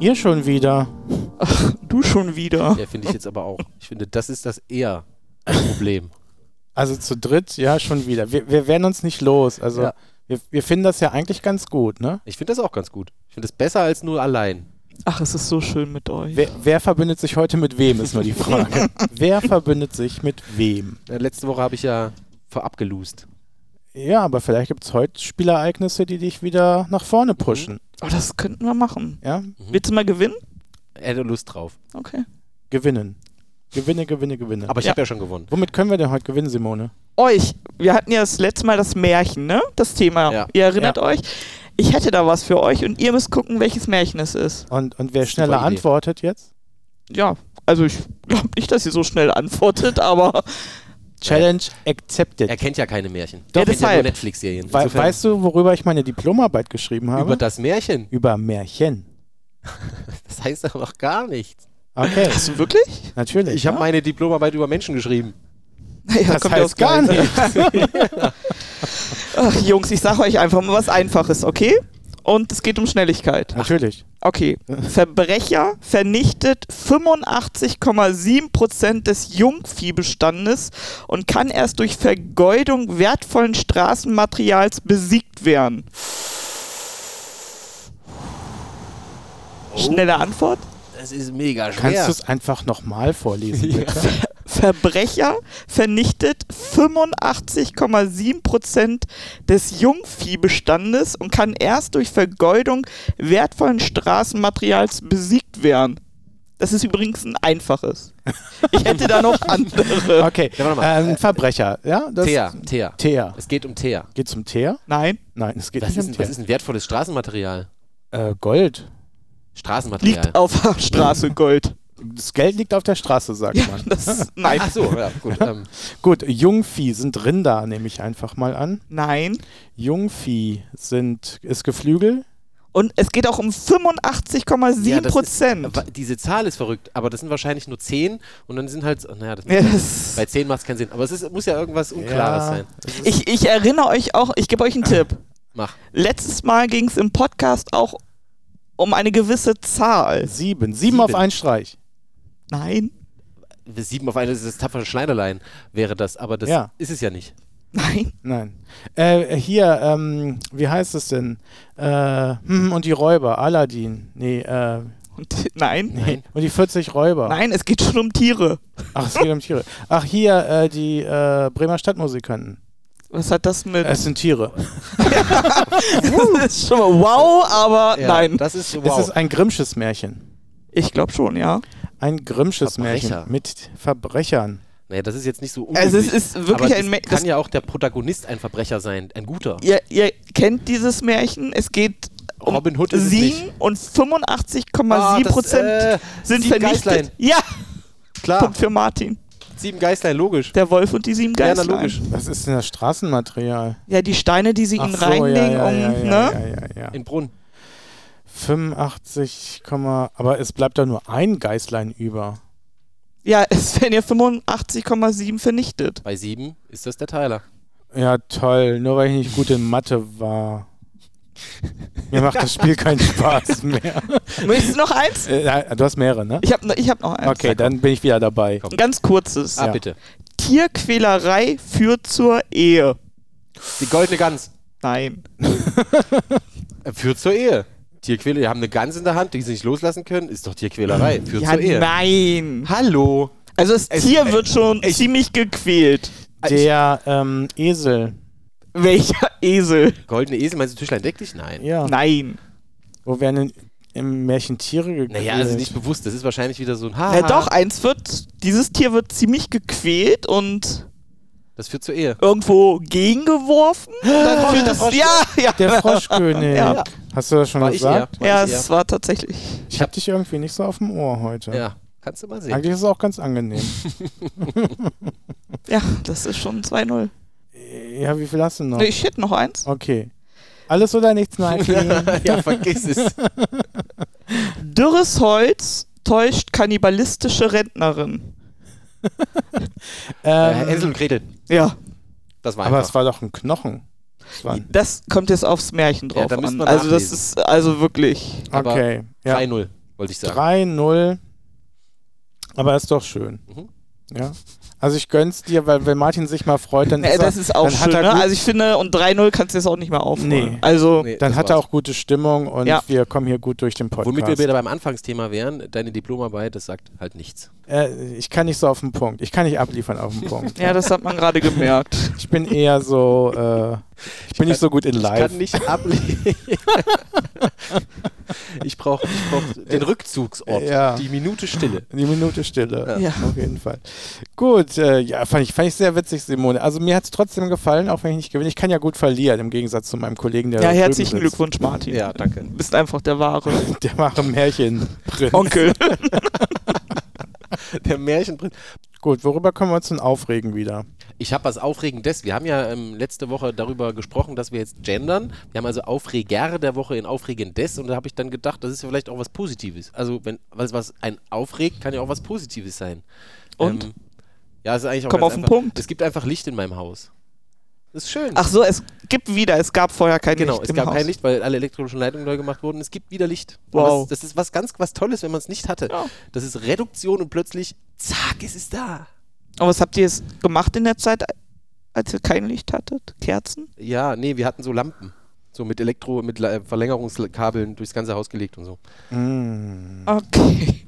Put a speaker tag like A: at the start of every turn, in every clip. A: Ihr schon wieder.
B: Du schon wieder.
C: Ja, finde ich jetzt aber auch. Ich finde, das ist das eher ein Problem.
A: Also zu dritt, ja, schon wieder. Wir, wir werden uns nicht los. Also
C: Ja.
A: wir, wir finden das ja eigentlich ganz gut, ne?
C: Ich finde das auch ganz gut. Ich finde es besser als nur allein.
B: Ach, es ist so schön mit euch.
A: Wer, wer verbündet sich heute mit wem, ist nur die Frage. wer verbündet sich mit wem?
C: Ja, Äh, letzte Woche habe ich ja verabgelust.
A: Ja, aber vielleicht gibt es heute Spielereignisse, die dich wieder nach
C: Mhm.
A: vorne pushen.
B: Oh, das könnten wir machen.
A: Ja?
B: Willst du mal gewinnen?
C: Er hätte Lust drauf.
B: Okay.
A: Gewinnen. Gewinne, gewinne, gewinne.
C: Aber ich
B: Ja.
C: habe ja schon gewonnen.
A: Womit können wir denn heute gewinnen, Simone?
B: Euch, wir hatten ja das letzte Mal das Märchen, ne? Das Thema.
C: Ja.
B: Ihr erinnert euch? Ich hätte da was für euch und ihr müsst gucken, welches Märchen es ist.
A: Und, und wer
C: Super
A: schneller
C: Idee.
A: antwortet jetzt?
B: Ja, also ich glaube nicht, dass ihr so schnell antwortet, aber
A: Challenge accepted.
C: Er kennt ja keine Märchen.
B: Ja,
C: er kennt ja nur
B: deshalb.
C: Netflix-Serien.
A: Wei-
C: Insofern,
A: weißt du, worüber ich meine Diplomarbeit geschrieben habe?
C: über das Märchen.
A: Über Märchen.
C: Das heißt aber noch gar nichts.
A: Okay,
B: hast du wirklich?
A: natürlich.
C: Ich habe
A: ja?
C: meine Diplomarbeit über Menschen geschrieben.
B: Naja,
A: Das heißt gar
B: Gleiche.
A: nichts.
B: Ach, Jungs, ich sage euch einfach mal was Einfaches, okay? Und es geht um Schnelligkeit.
A: Natürlich.
B: Okay. Verbrecher vernichtet 85,7% des Jungviehbestandes und kann erst durch Vergeudung wertvollen Straßenmaterials besiegt werden. Schnelle Antwort.
C: Das ist mega schwer.
A: Kannst du es einfach nochmal vorlesen? Bitte?
B: Verbrecher vernichtet 85,7% des Jungviehbestandes und kann erst durch Vergeudung wertvollen Straßenmaterials besiegt werden. Das ist übrigens ein einfaches. Ich hätte da noch andere.
A: Okay,
C: Ja, warte mal.
A: ähm, Verbrecher, ja? Das
C: Thea, Thea.
A: Thea.
C: Es geht um Thea.
A: Geht's um Thea?
B: Nein,
A: Nein, es geht
C: Was
A: nicht
C: ist,
A: um
C: ein-
A: Thea.
C: was ist ein wertvolles Straßenmaterial?
A: äh, Gold.
C: Straßenmaterial.
B: liegt auf der Straße Gold.
A: Das Geld liegt auf der Straße, sagt
B: Ja,
A: man.
B: das, nein,
C: Ach so, ja, gut. Ähm,
A: Gut, Jungvieh sind Rinder, nehme ich einfach mal an.
B: nein.
A: Jungvieh sind, ist Geflügel.
B: Und es geht auch um 85,7
C: ja, das ist-
B: Prozent.
C: wa- diese Zahl ist verrückt, aber das sind wahrscheinlich nur 10 und dann sind halt, naja, das,
B: Ja, das-
C: bei 10 macht es keinen Sinn. Aber es ist, muss ja irgendwas Unklares sein.
B: ich, ich erinnere euch auch, ich gebe euch einen Tipp.
C: Mach.
B: Letztes Mal ging es im Podcast auch um eine gewisse Zahl.
A: Sieben. Sieben. auf einen Streich.
B: Nein,
C: Sieben auf eine, das ist das tapfere Schneiderlein, wäre das, aber das
A: Ja.
C: ist es ja nicht.
B: nein.
A: Nein. Äh, hier, ähm, wie heißt es denn? Äh, hm, und die Räuber, Aladdin. Nee, äh,
B: Und, nein.
A: nee. Und die 40 Räuber.
B: Nein, es geht schon um Tiere.
A: Ach, es geht um Tiere. Ach, hier, äh, die äh, Bremer Stadtmusikanten.
B: Was hat das mit?
A: Es sind Tiere.
B: das ist schon mal wow, aber
C: Ja,
B: nein.
C: Das ist,
A: Es
C: wow.
A: ist ein Grimmsches Märchen.
B: Ich glaube schon, ja.
A: Ein Grimmsches
C: Verbrecher.
A: Märchen mit Verbrechern.
C: naja, das ist jetzt nicht so unüblich.
B: Also es ist wirklich
C: aber
B: ein
C: das
B: Mä-
C: kann
B: das,
C: ja auch der Protagonist ein Verbrecher sein, ein guter.
B: ihr, ihr kennt dieses Märchen. Es geht um
C: Robin Hood ist es
B: Siegen und 85,7
C: Ah, das,
B: Prozent
C: äh,
B: sind
C: sieben
B: vernichtet.
C: Geißlein. Ah.
B: Ja,
C: Klar,
B: Punkt für Martin.
C: sieben Geißlein, logisch.
B: Der Wolf und die sieben
C: Ja, na,
B: Geißlein.
C: logisch.
A: Was ist denn das Straßenmaterial?
B: Ja, die Steine, die sie ihnen reinlegen,
A: ja, ja, ja,
B: um, ne?
A: ja, ja, ja.
C: In Brunn.
A: 85, Komma- aber es bleibt da nur ein Geißlein über.
B: Ja, es werden ja 85,7 vernichtet.
C: Bei sieben ist das der Teiler.
A: Ja, toll. Nur weil ich nicht gut in Mathe war. Mir macht das Spiel keinen Spaß mehr.
B: Möchtest du noch eins?
A: Äh, nein, du hast mehrere, ne?
B: Ich habe ich hab noch eins.
A: Okay, dann bin ich wieder dabei.
C: Komm.
B: Ein ganz kurzes.
C: Ah,
A: Ja.
C: bitte.
B: Tierquälerei führt zur Ehe.
C: Die goldene Gans.
B: Nein.
C: Äh, Führt zur Ehe. Tierquäler, die haben eine Gans in der Hand, die sie nicht loslassen können, ist doch Tierquälerei. Führt
B: Mhm. Ja,
C: zur Ehe.
B: nein.
C: Hallo.
B: Also das
C: Es- Ah,
B: Tier wird schon ziemlich gequält.
A: Der ähm, Esel.
B: Welcher Esel?
C: Goldene Esel, meinst du Tischlein deck dich? Nein.
A: Ja.
B: Nein.
A: Wo werden denn im Märchen Tiere gequält?
C: Naja, also nicht bewusst, das ist wahrscheinlich wieder so ein Haar.
B: Ja, doch, eins wird, dieses Tier wird ziemlich gequält und
C: Das führt zur Ehe.
B: irgendwo gegengeworfen.
C: Ah.
B: Dann führt
C: Oh,
B: das, ja, ja.
A: Der Froschkönig.
B: Ja.
A: Hast du das schon
C: War ich eher.
A: gesagt?
C: War
B: ja,
C: ich eher.
B: es war tatsächlich.
A: Ich hab dich irgendwie nicht so auf dem Ohr heute.
C: Ja, kannst du mal sehen.
A: Eigentlich ist es auch ganz angenehm.
B: Ja, das ist schon 2-0.
A: ja, wie viel hast du noch?
B: Nee, ich hätte noch eins.
A: Okay. Alles oder nichts, Ähm, Nike.
C: ja, vergiss es.
B: Dürres Holz täuscht kannibalistische Rentnerin.
C: Äh,
A: ähm,
C: Hänsel und Gretel.
B: Ja.
C: Das war
A: aber es
C: einfach.
A: war doch ein Knochen. Es war ein-
B: Das kommt jetzt aufs Märchen
C: Ja,
B: drauf
C: da müssen
B: an.
C: wir
B: Also das
C: nachlesen.
B: ist also wirklich.
C: aber
A: okay. Ja.
C: 3-0. wollte ich sagen.
A: 3-0. Aber ist doch schön.
C: Mhm.
A: Ja. Also ich gönn's dir, weil wenn Martin sich mal freut, dann
B: Nee,
A: ist er,
B: das ist auch
A: dann hat
B: schön.
A: er
B: Ne?
A: gut-
B: Also ich finde, und 3-0 kannst du jetzt auch nicht mehr aufholen.
A: Nee.
B: Also,
C: Nee,
A: dann
C: das
A: hat er
C: war's.
A: auch gute Stimmung und
B: Ja.
A: wir kommen hier gut durch den Podcast.
C: Womit wir wieder beim Anfangsthema wären, deine Diplomarbeit, das sagt halt nichts.
A: äh, ich kann nicht so auf den Punkt. Ich kann nicht abliefern auf den Punkt.
B: ja, das hat man gerade gemerkt.
A: Ich bin eher so, äh, ich bin nicht so gut in
C: Ich
A: Live.
C: kann nicht abliefern. ich brauche ich brauch den Rückzugsort,
A: Ja.
C: die Minute Stille.
A: Die Minute Stille.
B: Ja.
A: Auf jeden Fall. Gut, äh, ja, fand ich, fand ich sehr witzig, Simone. Also mir hat es trotzdem gefallen, auch wenn ich nicht gewinne. Ich kann ja gut verlieren, im Gegensatz zu meinem Kollegen, der
B: Ja,
A: da drüben
B: herzlichen
A: sitzt.
B: Glückwunsch, Martin.
C: Ja, danke.
B: Du bist einfach der wahre
A: Der mache Märchen.
B: Onkel.
C: Ähm, Der Märchenprinz.
A: Gut, worüber können wir uns denn aufregen wieder?
C: Ich habe was Aufregendes. Wir haben ja ähm, letzte Woche darüber gesprochen, dass wir jetzt gendern. Wir haben also Aufreger der Woche in Aufregendes und da habe ich dann gedacht, das ist ja vielleicht auch was Positives. Also, wenn was, was ein aufregt, kann ja auch was Positives sein.
B: Und?
C: Ähm, ja, es ist eigentlich auch
B: Komm
C: ganz
B: auf den
C: einfach.
B: Punkt.
C: Es gibt einfach Licht in meinem Haus. Das ist schön.
B: Ach so, es gibt wieder, es gab vorher kein
C: Genau,
B: Licht
C: es
B: im
C: gab
B: Haus.
C: kein Licht, weil alle elektronischen Leitungen neu gemacht wurden. Es gibt wieder Licht. Und
B: Wow.
C: Das, das ist was ganz was Tolles, wenn man es nicht hatte.
B: Ja.
C: Das ist Reduktion und plötzlich, zack, es ist da.
B: Aber was habt ihr jetzt gemacht in der Zeit, als ihr kein Licht hattet? Kerzen?
C: Ja, nee, wir hatten so Lampen. So mit Elektro, mit Le- Verlängerungskabeln durchs ganze Haus gelegt und so.
A: Mm.
C: Mhm.
B: Okay.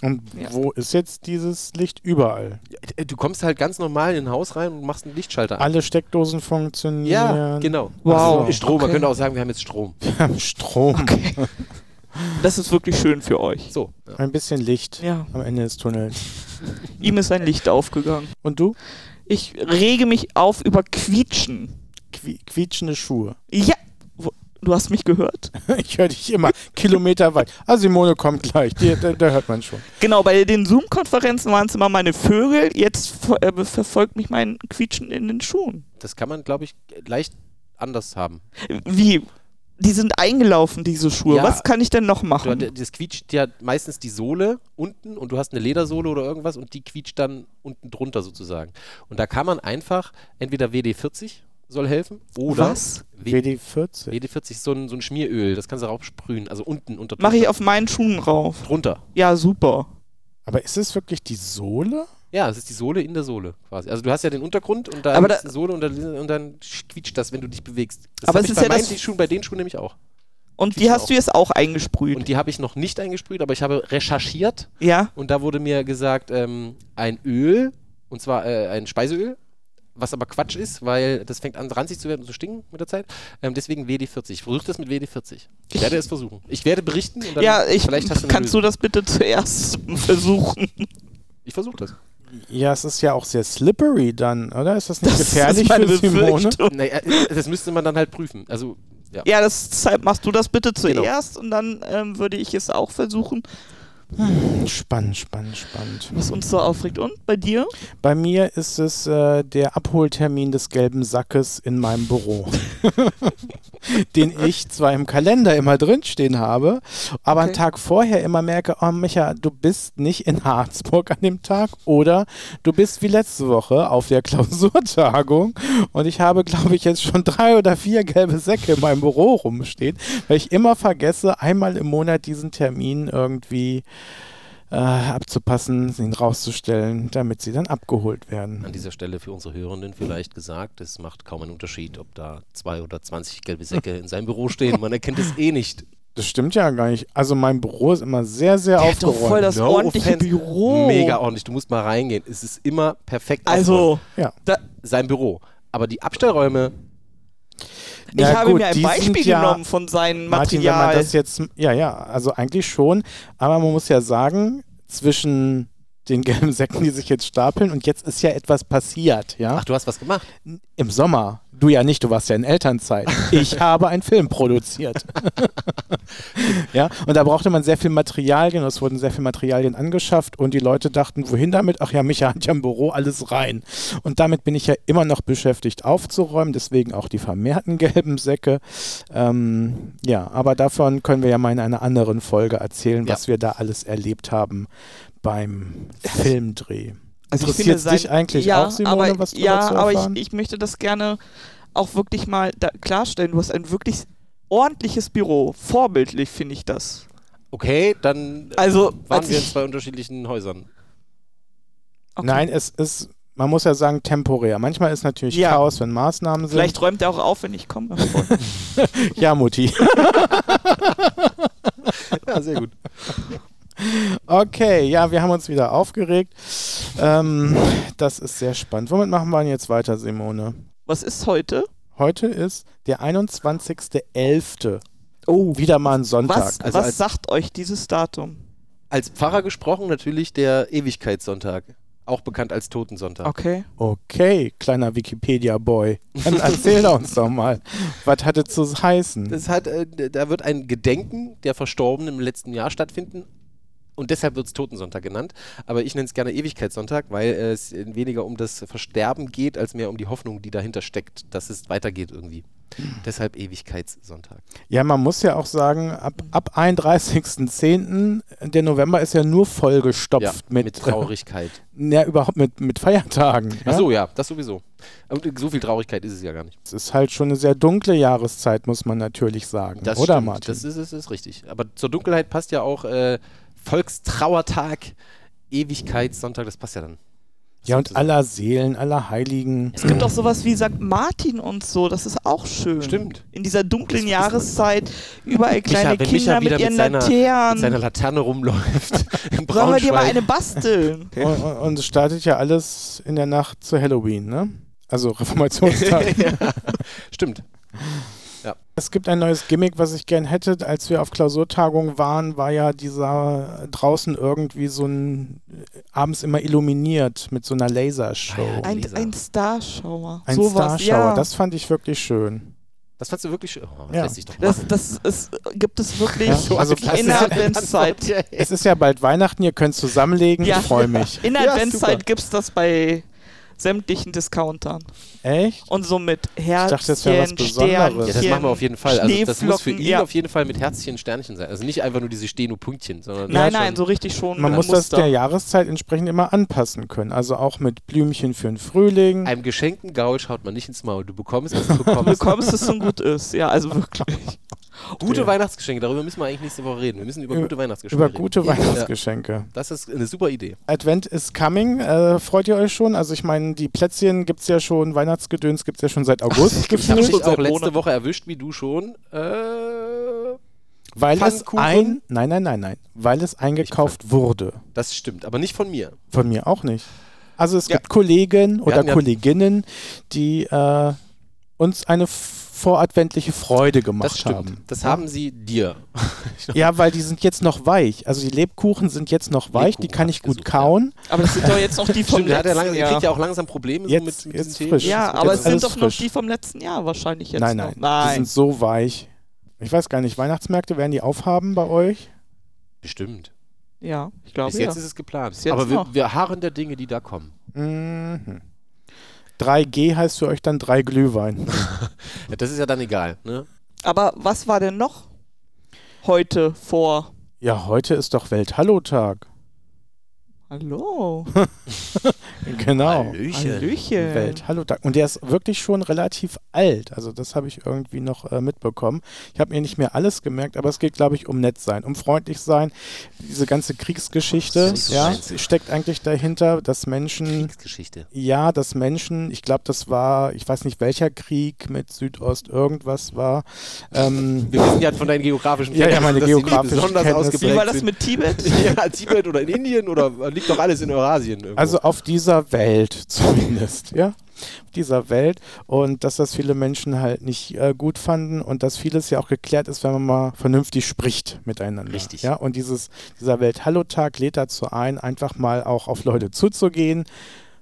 A: Und
B: Hm. Ja.
A: wo ist jetzt dieses Licht? Überall.
C: Ja, d- Du kommst halt ganz normal in ein Haus rein und machst einen Lichtschalter an.
A: Alle Steckdosen funktionieren.
C: Ja, genau.
B: Wow.
C: Also, Strom, man
B: Okay.
C: könnte auch sagen, wir haben jetzt Strom.
A: Strom.
B: Das ist wirklich schön für euch.
C: So. Ja.
A: Ein bisschen Licht
B: Ja,
A: am Ende des Tunnels.
B: ihm ist ein Licht aufgegangen.
A: Und du?
B: Ich rege mich auf über Quietschen.
A: Qui quietschende Schuhe.
B: Ja, Wo- du hast mich gehört?
A: Ich höre dich immer kilometerweit. Ah, Simone kommt gleich. Die, da, da hört man schon.
B: Genau, bei den Zoom-Konferenzen waren es immer meine Vögel. Jetzt ver äh, verfolgt mich mein Quietschen in den Schuhen.
C: Das kann man, glaube ich, leicht anders haben.
B: Wie? Die sind eingelaufen, diese Schuhe.
C: Ja.
B: Was kann ich denn noch
C: Du,
B: machen?
C: d- das quietscht ja meistens die Sohle unten und du hast eine Ledersohle oder irgendwas und die quietscht dann unten drunter sozusagen. Und da kann man einfach entweder WD-40 soll helfen oder
B: Was?
C: W-
A: WD40.
C: WD-40 ist so ein, so ein Schmieröl, das kannst du auch sprühen, also unten unter
B: Mache ich auf meinen Schuhen rauf.
C: drunter.
B: Ja, super.
A: Aber ist es wirklich die Sohle?
C: Ja, es ist die Sohle in der Sohle quasi. Also du hast ja den Untergrund und da
B: Aber
C: ist
B: da-
C: die Sohle und dann, und dann quietscht das, wenn du dich bewegst. Das
B: Aber
C: hab
B: es
C: ich
B: ist
C: bei
B: ja das-
C: meinen Schuhen, bei den Schuhen nämlich auch.
B: Und die
C: Quietschen
B: hast
C: auch.
B: du jetzt auch eingesprüht.
C: Und die habe ich noch nicht eingesprüht, aber ich habe recherchiert
B: ja?
C: Und da wurde mir gesagt, ähm, ein Öl, und zwar äh, ein Speiseöl, was aber Quatsch ist, weil das fängt an ranzig zu werden und zu stinken mit der Zeit. Ähm, deswegen WD40. Versuch das mit WD40. Ich werde es versuchen. Ich werde berichten und dann
B: Ja, ich,
C: vielleicht hast du eine
B: kannst du
C: Lösung.
B: das bitte zuerst versuchen?
C: Ich versuche das.
A: Ja, es ist ja auch sehr slippery dann, oder? Ist das nicht
B: Das ist
A: gefährlich
B: meine
A: für Simone?
B: Befürchtung.
C: naja, äh, das müsste man dann halt prüfen. Also, ja.
B: Ja, das, deshalb machst du das bitte
C: Genau.
B: zuerst und dann ähm, würde ich es auch versuchen,
A: Spannend, spannend, spannend.
B: was uns so aufregt. Und bei dir?
A: Bei mir ist es äh, der Abholtermin des gelben Sackes in meinem Büro, den ich zwar im Kalender immer drinstehen habe, aber einen
B: Okay.
A: Tag vorher immer merke, oh Micha, du bist nicht in Harzburg an dem Tag oder du bist wie letzte Woche auf der Klausurtagung und ich habe, glaube ich, jetzt schon drei oder vier gelbe Säcke in meinem Büro rumstehen, weil ich immer vergesse, einmal im Monat diesen Termin irgendwie äh, abzupassen, ihn rauszustellen, damit sie dann abgeholt werden.
C: An dieser Stelle für unsere Hörenden vielleicht gesagt, es macht kaum einen Unterschied, ob da zwei oder 20 gelbe Säcke in seinem Büro stehen. Man erkennt es eh nicht.
A: Das stimmt ja gar nicht. Also mein Büro ist immer sehr, sehr
B: Der hat doch
A: aufgeräumt.
B: voll das
C: No
B: ordentliche
C: offense.
B: Büro.
C: Mega ordentlich. Du musst mal reingehen. Es ist immer perfekt. aufgeräumt.
B: Also,
A: ja.
C: sein Büro. Aber die Abstellräume,
B: ich
A: Ja,
B: habe
A: gut,
B: mir ein
A: die sind
B: Beispiel
A: ja-
B: genommen von seinem
A: Martin, wenn man
B: Material.
A: das jetzt, ja, ja, also eigentlich schon, aber man muss ja sagen, zwischen den gelben Säcken, die sich jetzt stapeln und jetzt ist ja etwas passiert, ja?
C: ach, du hast was gemacht.
A: Im Sommer. Du ja nicht, du warst ja in Elternzeit. Ich habe einen Film produziert. ja, und da brauchte man sehr viel Materialien, es wurden sehr viel Materialien angeschafft und die Leute dachten, wohin damit? Ach ja, Micha hat ja im Büro alles rein. Und damit bin ich ja immer noch beschäftigt aufzuräumen, deswegen auch die vermehrten gelben Säcke. Ähm, ja, aber davon können wir ja mal in einer anderen Folge erzählen,
C: Ja.
A: was wir da alles erlebt haben beim Filmdreh.
B: Also ich
A: Interessiert
B: finde,
A: dich eigentlich
B: ja,
A: auch, Simone,
B: aber,
A: was drüber
B: Ja,
A: zu
B: aber
A: erfahren?
B: ich, ich möchte das gerne auch wirklich mal da klarstellen. Du hast ein wirklich ordentliches Büro. Vorbildlich finde ich das.
C: Okay, dann äh,
B: Also,
C: waren
B: als
C: wir in
B: ich-
C: zwei unterschiedlichen Häusern.
B: Okay.
A: Nein, es ist, man muss ja sagen, temporär. Manchmal ist natürlich
B: Ja.
A: Chaos, wenn Maßnahmen sind.
B: Vielleicht räumt er auch auf, wenn ich komme.
A: Ja, Mutti.
C: Ja, sehr gut.
A: Okay, ja, wir haben uns wieder aufgeregt. Ähm, das ist sehr spannend. Womit machen wir denn jetzt weiter, Simone?
B: Was ist heute?
A: Heute ist der 21.11.
C: Oh.
A: Wieder mal ein Sonntag.
B: Was,
C: also
B: was
C: als-
B: sagt euch dieses Datum?
C: Als Pfarrer gesprochen natürlich der Ewigkeitssonntag. Auch bekannt als Totensonntag.
B: Okay.
A: Okay, kleiner Wikipedia-Boy. Dann erzähl uns doch mal, was hatte zu heißen?
C: Das hat, äh, d- da wird ein Gedenken der Verstorbenen im letzten Jahr stattfinden. Und deshalb wird es Totensonntag genannt. Aber ich nenne es gerne Ewigkeitssonntag, weil äh, es äh, weniger um das Versterben geht, als mehr um die Hoffnung, die dahinter steckt, dass es weitergeht irgendwie.
A: Hm.
C: Deshalb Ewigkeitssonntag.
A: Ja, man muss ja auch sagen, ab, ab 31.10. der November ist ja nur vollgestopft
C: Ja,
A: mit,
C: mit Traurigkeit.
A: Ja, überhaupt mit, mit Feiertagen. Ja?
C: Ach so, ja, das sowieso. Aber so viel Traurigkeit ist es ja gar nicht.
A: Es ist halt schon eine sehr dunkle Jahreszeit, muss man natürlich sagen.
C: Das
A: Oder
C: stimmt,
A: Martin?
C: Das ist, ist, ist richtig. Aber zur Dunkelheit passt ja auch äh, Volkstrauertag, Ewigkeitssonntag, das passt ja dann.
A: ja, und aller Seelen, aller Heiligen.
B: Es gibt auch sowas wie St. Martin und so, das ist auch schön.
C: Stimmt.
B: In dieser dunklen
C: Das-
B: Jahreszeit, überall kleine
C: Micha, wenn
B: Kinder
C: Micha wieder
B: mit ihren
C: mit seiner, mit
B: Laternen.
C: seiner Laterne rumläuft. in
B: Sollen wir dir mal eine
C: Braunschweig.
B: basteln?
A: Und, und, und es startet ja alles in der Nacht zu Halloween, ne? Also Reformationstag.
C: ja. Stimmt.
A: Es gibt ein neues Gimmick, was ich gern hätte. Als wir auf Klausurtagung waren, war ja dieser draußen irgendwie so ein äh, abends immer illuminiert mit so einer Lasershow.
C: Ah ja,
A: ein
B: Ein,
C: Leser.
B: ein Starschauer.
A: ein
B: sowas,
A: Starschauer,
B: ja.
A: das fand ich wirklich schön.
C: Das fandst du wirklich schön. Oh, das
A: Ja.
C: lässt sich doch
B: Das,
C: machen.
B: das ist, gibt es wirklich
A: Ja,
C: So
A: also
C: eine klassische
B: in der Adventszeit.
C: Antwort, ey.
A: Es ist ja bald Weihnachten, ihr könnt zusammenlegen,
B: Ja.
A: ich freue mich.
B: In der
C: Ja, super.
B: Adventszeit gibt es das bei sämtlichen Discountern.
A: Echt?
B: Und so mit Herzchen,
A: dachte, das wäre was Besonderes.
C: Ja, das machen wir auf jeden Fall. Also das muss für ihn
B: ja.
C: auf jeden Fall mit Herzchen Sternchen sein. Also nicht einfach nur diese Steno-Punktchen, sondern
B: Nein,
C: Ja,
B: nein,
C: schon.
B: so richtig schon.
A: Man
B: mit
A: muss
B: einem
A: das
B: Muster.
A: der Jahreszeit entsprechend immer anpassen können. Also auch mit Blümchen für den Frühling.
C: Einem geschenkten Gaul schaut man nicht ins Maul. Du bekommst, was du bekommst.
B: Du bekommst es und gut ist. Ja, also wirklich.
C: Gute
A: Ja.
C: Weihnachtsgeschenke, darüber müssen wir eigentlich nächste Woche reden. Wir müssen über,
A: Über-
C: gute Weihnachtsgeschenke
A: über
C: reden.
A: gute
B: Ja.
A: Weihnachtsgeschenke.
C: Das ist eine super Idee.
A: Advent is coming. Äh, freut ihr euch schon? Also ich meine, die Plätzchen gibt es ja schon, Weihnachtsgedöns gibt es ja schon seit August
C: Ich habe
A: gefühlt.
B: schon
C: dich auch
B: seit
C: letzte
B: Monaten.
C: Woche erwischt, wie du schon. Äh,
A: Weil es
C: Pfannkuchen?
A: ein, nein, nein, nein, nein, weil es eingekauft wurde.
C: das stimmt, aber nicht von mir.
A: Von mir auch nicht. Also es
C: Ja.
A: gibt Kollegen oder
C: hatten ja-
A: Kolleginnen, die äh, uns eine f- voradventliche Freude gemacht
C: Das stimmt.
A: haben. ne?
C: Das haben sie dir.
A: Ja, weil die sind jetzt noch weich. Also die Lebkuchen sind jetzt noch weich, die
C: Lebkuchen
A: kann
C: hab
A: ich
C: ich
A: gut
C: gesucht, ja.
A: kauen.
B: Aber das sind doch jetzt noch die vom
C: Stimmt, der, hat ja
B: letzten
C: langsam, der
B: Jahr.
C: kriegt ja auch langsam Probleme
A: Jetzt-
C: so mit, mit
A: jetzt
C: diesen
A: frisch.
B: Ja,
A: Jetzt
B: aber
A: ist
B: es sind
A: alles
B: doch noch
A: frisch.
B: die vom letzten Jahr wahrscheinlich jetzt
A: Nein,
B: noch.
A: nein, die sind so weich. Ich weiß gar nicht, Weihnachtsmärkte werden die aufhaben bei euch?
C: Bestimmt.
B: Ja, ich glaube
C: Bis
B: ja.
C: jetzt ist es geplant.
B: Bis jetzt
C: aber wir,
B: noch.
C: wir harren der Dinge, die da kommen.
A: Mhm. 3G heißt für euch dann drei Glühwein.
C: Ja, das ist ja dann egal. Ne?
B: Aber was war denn noch heute vor?
A: Ja, heute ist doch Welthallotag.
B: Hallo.
A: Genau.
B: Hallöchen.
A: Welthallotag. Und der ist wirklich schon relativ alt. Also das habe ich irgendwie noch äh, mitbekommen. Ich habe mir nicht mehr alles gemerkt, aber es geht, glaube ich, um nett sein, um freundlich sein. Diese ganze Kriegsgeschichte
C: Das ist
A: ja,
C: so scheiße.
A: steckt eigentlich dahinter, dass Menschen
C: Kriegsgeschichte.
A: Ja, dass Menschen, ich glaube, das war, ich weiß nicht, welcher Krieg mit Südost irgendwas war. Ähm,
C: Wir wissen ja von deinen geografischen
A: Ja, ja, meine
C: dass die nicht
A: geografischen
C: besonders
A: Kenntnisse.
C: ausgeprägt
B: Wie war das
C: sind.
B: mit Tibet?
C: ja, Tibet oder in Indien oder liegt doch alles in Eurasien irgendwo.
A: also auf dieser Welt zumindest, ja. Auf dieser Welt. Und dass das viele Menschen halt nicht äh, gut fanden und dass vieles ja auch geklärt ist, wenn man mal vernünftig spricht miteinander.
C: Richtig.
A: Ja, und dieses, dieser Welt-Hallo-Tag lädt dazu ein, einfach mal auch auf Leute zuzugehen.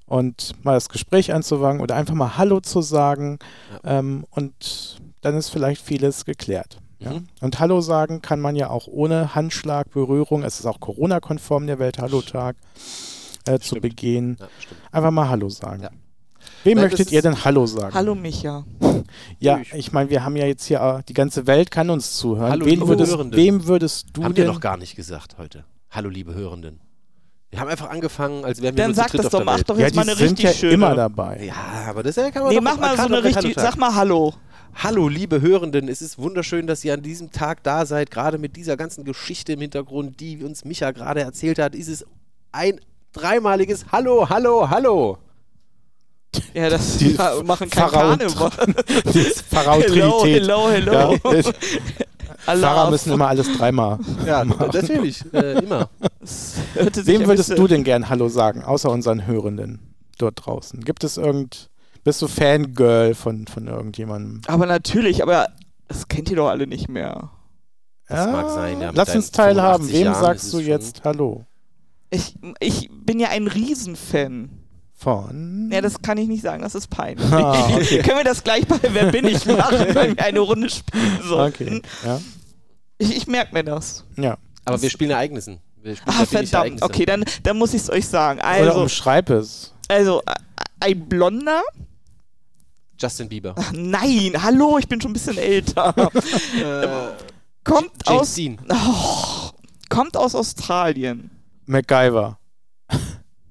A: Und mal das Gespräch anzufangen oder einfach mal Hallo zu sagen. Ähm, und dann ist vielleicht vieles geklärt. Ja.
C: Mhm.
A: Und Hallo sagen kann man ja auch ohne Handschlag, Berührung. Es ist auch Corona-konform der Welt Hallo-Tag äh, zu
C: Stimmt.
A: begehen.
C: ja, stimmt.
A: Einfach mal Hallo sagen.
C: Ja.
A: Wem
C: Nein, das
A: möchtet
C: ist-
A: ihr denn Hallo sagen?
B: Hallo Micha.
A: Ja,
C: Ich-
A: ich meine, wir haben ja jetzt hier, äh, die ganze Welt kann uns zuhören.
C: Hallo,
A: Wen
C: liebe
A: würdest,
C: Hörenden.
A: wem würdest du
C: Habt ihr
A: denn?
C: noch gar nicht gesagt heute. Hallo, liebe Hörenden. Wir haben einfach angefangen, als wären wir
B: Dann
C: nur zu
B: sag
C: dritt
B: das
C: auf
B: doch,
C: der
B: mach
C: Welt.
B: doch
A: ja,
B: jetzt
A: die
B: mal eine
A: sind
B: richtig
A: ja
B: schöne.
A: immer dabei.
C: Ja, aber das kann man
B: Nee,
C: doch
B: mach mal so
C: kann
B: eine
C: doch mit
B: richtig,
C: Hallo sagen.
B: sag mal Hallo.
C: Hallo, liebe Hörenden, es ist wunderschön, dass ihr an diesem Tag da seid. Gerade mit dieser ganzen Geschichte im Hintergrund, die uns Micha gerade erzählt hat, ist es ein dreimaliges Hallo, Hallo, Hallo.
B: Ja, das
A: Die
B: ja, machen kein
A: Pharao-
B: Karneval.
A: Die
B: Hello,
A: Pharao-Trinität.
B: hello, hello.
A: Ja, das- Pharao
B: Allah.
A: müssen immer alles dreimal.
C: Ja, natürlich, äh, immer.
B: Das hörte sich
A: Wem
B: ein
A: würdest
B: bisschen-
A: du denn gern Hallo sagen, außer unseren Hörenden dort draußen? Gibt es irgend. Bist du Fangirl von, von irgendjemandem?
B: Aber natürlich, aber das kennt ihr doch alle nicht mehr.
C: Das mag sein, ja, mit
A: Ah, Lass
C: deinen
A: uns teilhaben.
C: 85
A: Wem
C: Jahren ist
A: sagst
C: es
A: du
C: schon-
A: jetzt Hallo?
B: Ich, ich bin ja ein Riesenfan.
A: Von.
B: Ja, das Also, kann ich nicht sagen, das ist peinlich.
A: Ah, okay.
B: Können wir das gleich bei Wer bin ich machen, wenn wir eine Runde spielen sollten?
A: okay. Ja.
B: Ich, ich merke mir das.
A: ja.
C: Aber wir spielen Ereignissen. Wir spielen
B: Ah,
C: persönliche
B: verdammt.
C: Ereignisse.
B: Okay, dann, dann muss ich es euch sagen.
A: Oder um
B: Also,
A: umschreib es.
B: also äh, ein Blonder?
C: Justin Bieber.
B: Ach, nein, hallo, ich bin schon ein bisschen älter.
A: Äh,
C: Äh,
B: kommt,
C: James
B: aus, Oh,
C: Dean.
B: kommt aus Australien.
A: MacGyver.